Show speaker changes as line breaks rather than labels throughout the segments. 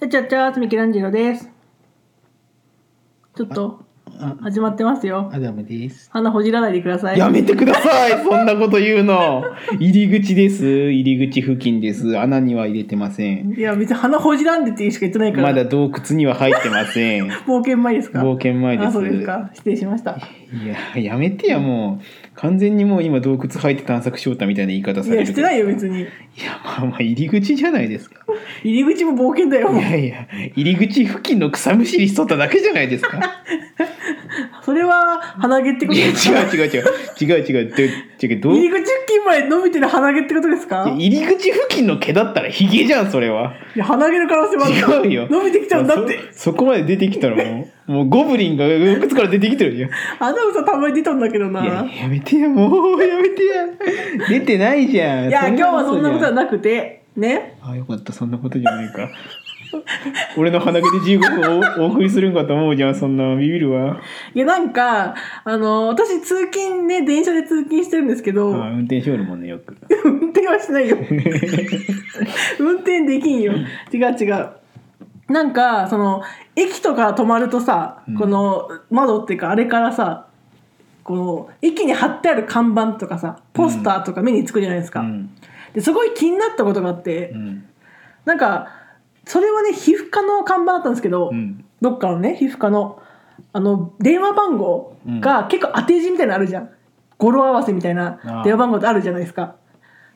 チャチャチャーつみきらんじろです。ちょっと
あ
始まってますよ。
アダムです。
鼻ほじらないでください。
やめてください。そんなこと言うの。入り口です。入り口付近です。穴には入れてません。
いや別に鼻ほじらんでっていうしか言ってないから。
まだ洞窟には入ってません。い
冒険前ですか。
冒険前です
あそうですか。失礼しました。
や、やめてや、もう。完全にもう今洞窟入って探索しようたみたいな言い方
い
され
や
る
し
け
て
ど。
ないよ別に。
いや、まあまあ入り口じゃないですか。
入り口も冒険だよ
い。やいや、入り口付近の草むしりしとっただけじゃないですか。
それは鼻毛ってこ
い
と
や、
ですか。
違う違う違う。違う違う。で違う、どう
入り口付近まで伸びてる鼻毛ってことですか。
いや入り口付近の毛だったらヒゲじゃん、それは。
いや鼻毛の可能性もあるから。
違うよ
伸びてきちゃうんだって。
そそこまで出てきたらもうもうゴブリンが洞窟から出てきてるよ
アダムさんたまに出たんだけど
いや
な。
やめてやもうやめてや出てないじゃん
いや今日はそんなことは
じ
なくてね。
ゃんあよかったそんなことじゃないか俺の鼻毛で15分おお送りするんかと思うじゃんそんなビビるわ
いやなんかあの私通勤ね電車で通勤してるんですけ
あ
ど、
運転しよるもんねよく
運転はしないよ 運転できんよ違う違うなんかその駅とか止まるとさ、
うん
この窓っていうかあれからさこの駅に貼ってある看板とかさポスターとか目につくじゃないです
う
か、
ん、
でそこに気になったことがあって、
うん
なんかそれはね皮膚科の看板だったんですけど、
うん、
どっかのね皮膚科のあの電話番号が結構当て字みたいなのあるじゃん語呂合わせみたい
あ
な
あ
電話番号ってあるじゃないですか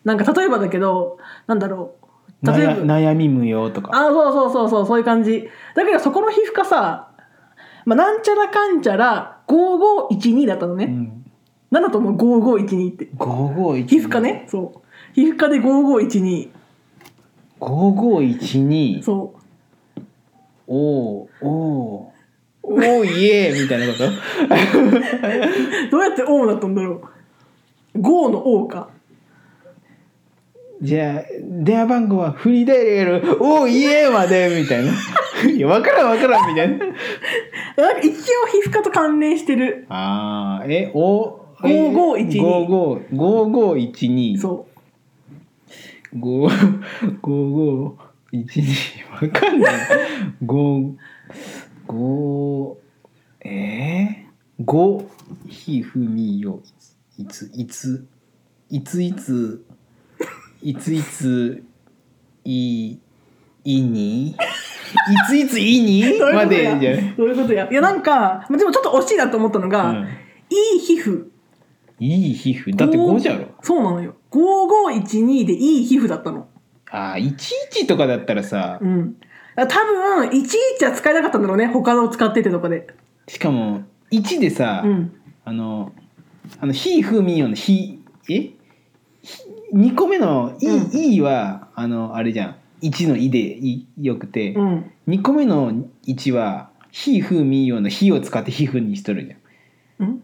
なんか例えばだけどなんだろう例えば
悩悩み無用とか
あそうそうそうそうそういう感じだけどそこの皮膚科さ、まあ、なんちゃらかんちゃら5512だったの
う
ね、
ん
なん、だと思う5512って
551
皮膚科ねそう皮膚科で5512
5512
そう
おうおうおういえみたいなこと
どうやって「O」だったんだろう5の「O」か
じゃあ、電話番号はフリーダイヤル、おーいえまで、みたいな。 いや、わからんわからん、みたいな。
なんか一応皮膚科と関連してる
ああ、え、お、え
5512
55 5512。
そ
五五5512。わかんない。5、5、えー、5、ひふみよ、いつ、いつ、いついつ、いついつ、い、いに、いついついに
う。どういう
ま
こと
で
や
じゃない
どういうことや。いや、なんか、まあでもちょっと惜しいなと思ったのが、
う
い
ん
い皮膚。
いい皮膚。だって
ご
5じゃろ。
そうなのよ。5512でいい皮膚だったの。
ああ、11とかだったらさ
う、ん。多分、11は使えなかったんだろうね。他の使っててとかで。
しかも、1でさ、
うん。
あの、あの、ひふみよのひ、えひ二個目のい、
うん
いいは、あの、あれじゃん。一のいでいよくて、
うん。
二個目の一は、ひふみよのひを使ってひふにしとるじゃん。
うん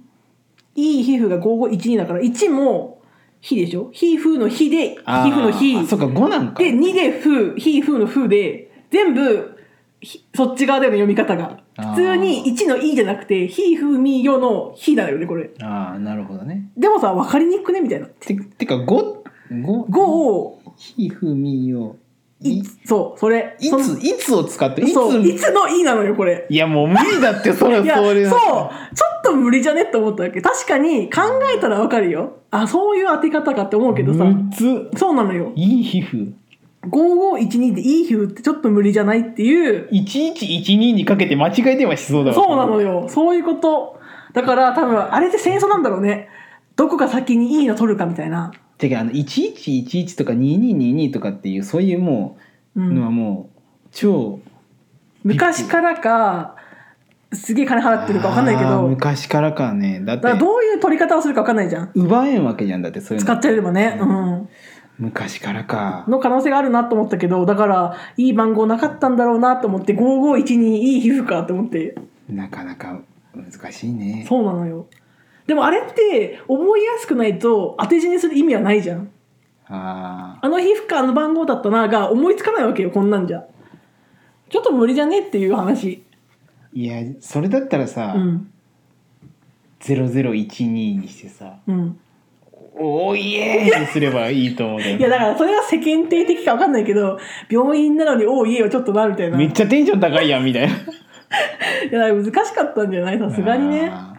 いい皮膚が5512だから、1も、皮でしょ皮膚の皮で、皮
あー
膚の
あ
皮
そ。っか、五なんか。
で、2で風、皮膚の風で、全部、ひそっち側だよね、読み方が。
あー
普通に1の「い」じゃなくて「ひ」「ふ」「み」「よ」の「ひ」だよねこれ
ああ、なるほどね。
でもさ分かりにくくねみたいな
て、てか、五、五、
「ご」を
ひふみよ、
「
い、
い
い
つ」そうそれその
つ、いつを使って、いつ
そういつの「い」なのよこれ
いや、もう無理だって、それ、
いやそ
そう
ち
れ
ょ
な。
っと無理じゃねって思ったわけ確かに考えたら分かるよあそういう当て方かって思うけどさ
むつ、
そうなのよ
いい皮膚。
5512で「いい」「ひゅ」ってちょっと無理じゃないっていう
1112にかけて間違えてはしそうだわ
そうなのよそういうことだから多分あれって戦争なんだろうねどこが先に「いい」の取るかみたいな
てかあの1111とか2222とかっていうそういうも
う
うのは
ん
もう超
昔からかすげえ金払ってるか分かんないけ
あー
ど
昔からかねだっ
だから
て
どういう取り方をするか分かんないじゃん
奪えんわけじゃんだってそういう
使っ
の
ちゃえればね、う、
うん昔からか
の可能性があるなと思ったけどだからいい番号なかったんだろうなと思って5512いい皮膚かと思って
なかなか難しいね
そうなのよでもあれって覚えやすくないと当て字にする意味はないじゃん
あ
あの皮膚科の番号だったなが思いつかないわけよこんなんじゃちょっと無理じゃねっていう話
ーいやそれだったらさ、
うん
0012にしてさ
うん
おーいえーにすればいいと思うけ
いや
ど。
だからそれが世間体的か分かんないけど病院なのに「おういいよちょっとな」みたいな
めっちゃテンション高いやんみたいな。
いやだから難しかったんじゃないさすがにね
あ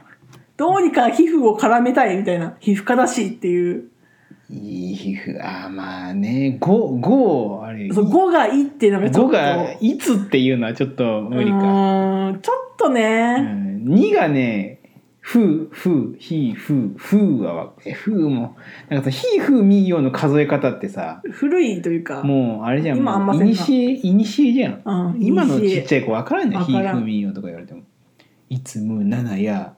どうにか皮膚を絡めたいみたいな皮膚科だしっていう
ー。いい皮膚。ああ、まあね。五五あれ。
そう
五
5がいいっていうのがちょっと
がいつっていうのはちょっと無理
う
か。
ーんちょっと
う
ね、
ん二がね、ふふひふふはわえふもなんかさひふみよの数え方ってさ、
古いというか
もうあれじゃん。
今あんま
も
せ
う
な
ん
い
にしえいにしえじゃん。
うん
今のち
い
っ
い
ちゃい子わからんじゃん
わ
ひ
からん
ふみよとか言われても。いつむななや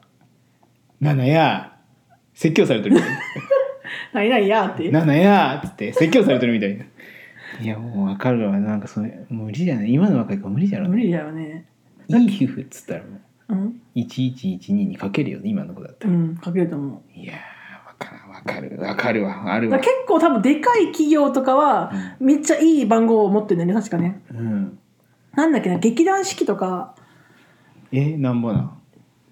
ななや説教されてる。
何々やって
なんなんやーっつって説教されてるみたいな。いやもうわかるわなんかそれ無理じゃない今の若い子は無理じゃろ、
無理だよね
いい皮膚っつったらもう
うん、
1112にかけるよね今の子だった
う
ら。
ん、かけると思
いやーわからんわかるわかるわあ
う
る
だ
わ
から。結構多分でかい企業とかはめっちゃいい番号を持ってるんだよね確かね
うん。
なんだっけな劇団四季とか
えなんぼなん。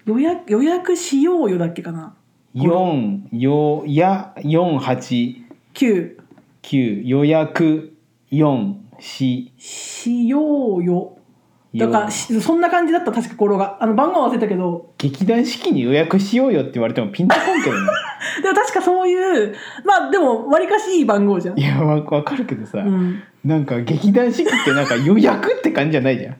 予約予約しようよだっけかな
四よや四八
9
九予約四四
しようよだから
四
しそんな感じだった確か頃があの番号忘れたけど
劇団四季に予約しようよって言われてもピンとこ んけどね。
でも確かそういうまあでもわりかしいい番号じゃん
い、やわわかるけどさ。
うん、
なんか劇団四季ってなんか予約って感じじゃないじゃん。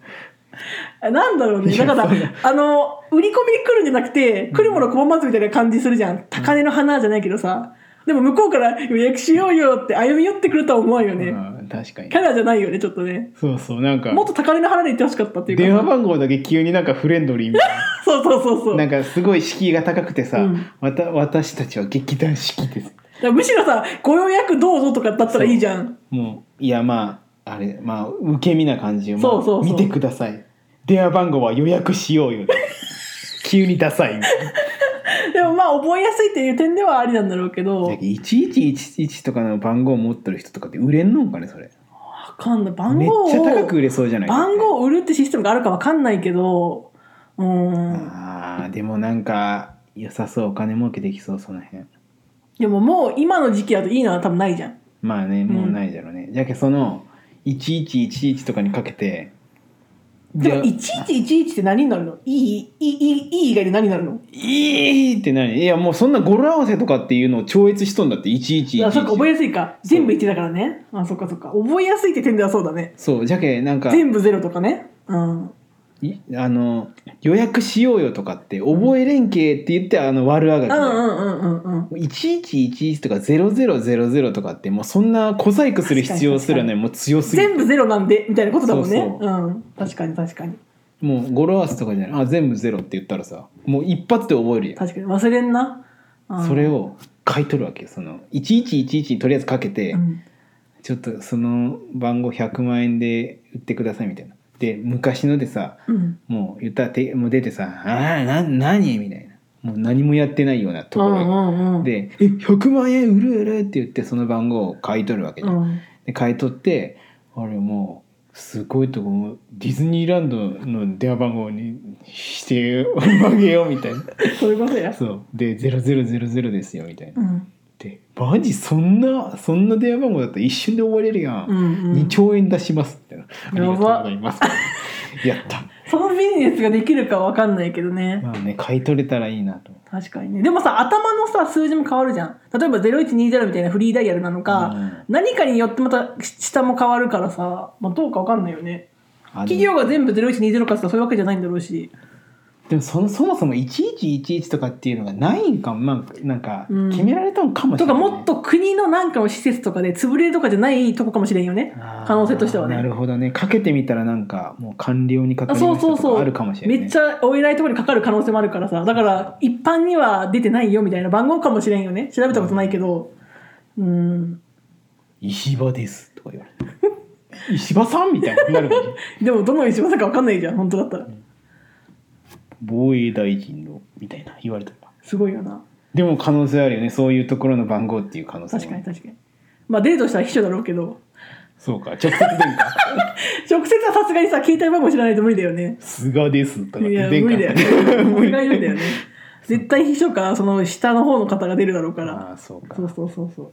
あなんだろうね
いや
だから
そうだ
あの売り込みに来るんじゃなくて来るもの拒まずみたいな感じするじゃん高嶺の花じゃないけどさでも向こうから予約しようよって歩み寄ってくるとは思わんよね
うん確かに
キ。ャラじゃないよねちょっとね
そうそうなんか
もっと高嶺の花で行ってほしかったっていうか
電話番号だけ急になんかフレンドリーみたいな。
そうそうそう そう
なんかすごい敷居が高くてさ、
うん
わた私たちは劇団四季です。
だからむしろさご予約どうぞとかだったらいいじゃん
もういやまああれまあ受け身な感じよ。まあ
そうそうそう
見てください。電話番号は予約しよう よ。急にダサいみたいな。
でもまあ覚えやすいっていう点ではありなんだろうけどわ
1111とかの番号持ってる人とかって売れんのんかねそれ。
かんない番
めっ
号
ちゃ高
を
く売れそうじゃない
番号を売るってシステムがあるかわかんないけどうーん
あーでもなんか良さそうお金儲けできそうその辺
でももう今の時期だといいのは多分ないじゃん
まあねもうないじゃろうね、じゃけその1111とかにかけて
でも
い
1111って何になるのいいいいいいいい以外で何になるの
いって何いやもうそんな語呂合わせとかっていうのを超越しとんだって
いや
1111
そっか覚えやすいか全部1だからねあそっかそっか覚えやすいって点ではそうだね
そうじゃけなんか
全部ゼロとかねうん
いあの予約しようよとかって覚え連携って言ってあの悪あが
う
き
ん
で、
うんうんうんうん
1111とか0000とかってもうそんな小細工する必要すらねもう強すぎて
全部ゼロなんでみたいなことだもんね
そうそ
うん確かに確かに
もう語呂合わせとかじゃないあ全部ゼロって言ったらさもう一発で覚えるや
確かに忘れんな、うん
んそれ、を買い取るわけよその1111にとりあえずかけて、
うん
ちょっとその番号100万円で売ってくださいみたいなで昔のでさ
うん
もう言ったらてもう出てさ「ああな何?」みたいなもう何もやってないようなとこ
う
ろ、
んうんうん、
で「え100万円売る売る」って言ってその番号を買い取るわけじ
う
ゃん、
ん、
で買い取ってあれもうすごいとこもディズニーランドの電話番号にしてあげようみたいな
そういうことや、
そうで「0000ですよ」みたいな
うん
でマジそんなそんな電話番号だったら一瞬で覚えれるや、
うんんう
2
ん、
兆円出しますみたいな「ありがとうございます」 やった
そのビジネスができるかわかんないけどね
まあね買い取れたらいいなと
確かにねでもさ頭のさ数字も変わるじゃん例えば0120みたいなフリーダイヤルなのか、
うん
何かによってまた下も変わるからさ、まあ、どうかわかんないよね
あの
企業が全部0120かって言ったらそういうわけじゃないんだろうし
でもそのそもそも1111とかっていうのがないんかまあなんか
うん
決められたのかもし
と
れな
か
い、
もっと国のなんかの施設とかで潰れるとかじゃないとこかもしれんよね
あー
可能性としてはね
なるほどねかけてみたらなんかもう官僚にか
あ
かり
そ
ま
う
し
そ
た
う
と
そ
か
う
あるかもしれない、
めっちゃお偉いところにかかる可能性もあるからさだから一般には出てないよみたいな番号かもしれんよね調べたことないけどうん
石破ですとか言われて石破さんみたいになるかもしれない
でもどの石破さんか分かんないじゃん本当だったら
防衛大臣のみたいな言われたら
すごいよな
でも可能性あるよねそういうところの番号っていう可能性も
確かに確かにまあデートしたら秘書だろうけど
そうか直接電 話
直接はさすがにさ携帯番号知らないと無理だよね
菅ですとか
いや
電
無理だよねさすがに無理だよね絶対秘書かその下の方の方が出るだろうから
ああそうか
そうそうそうそう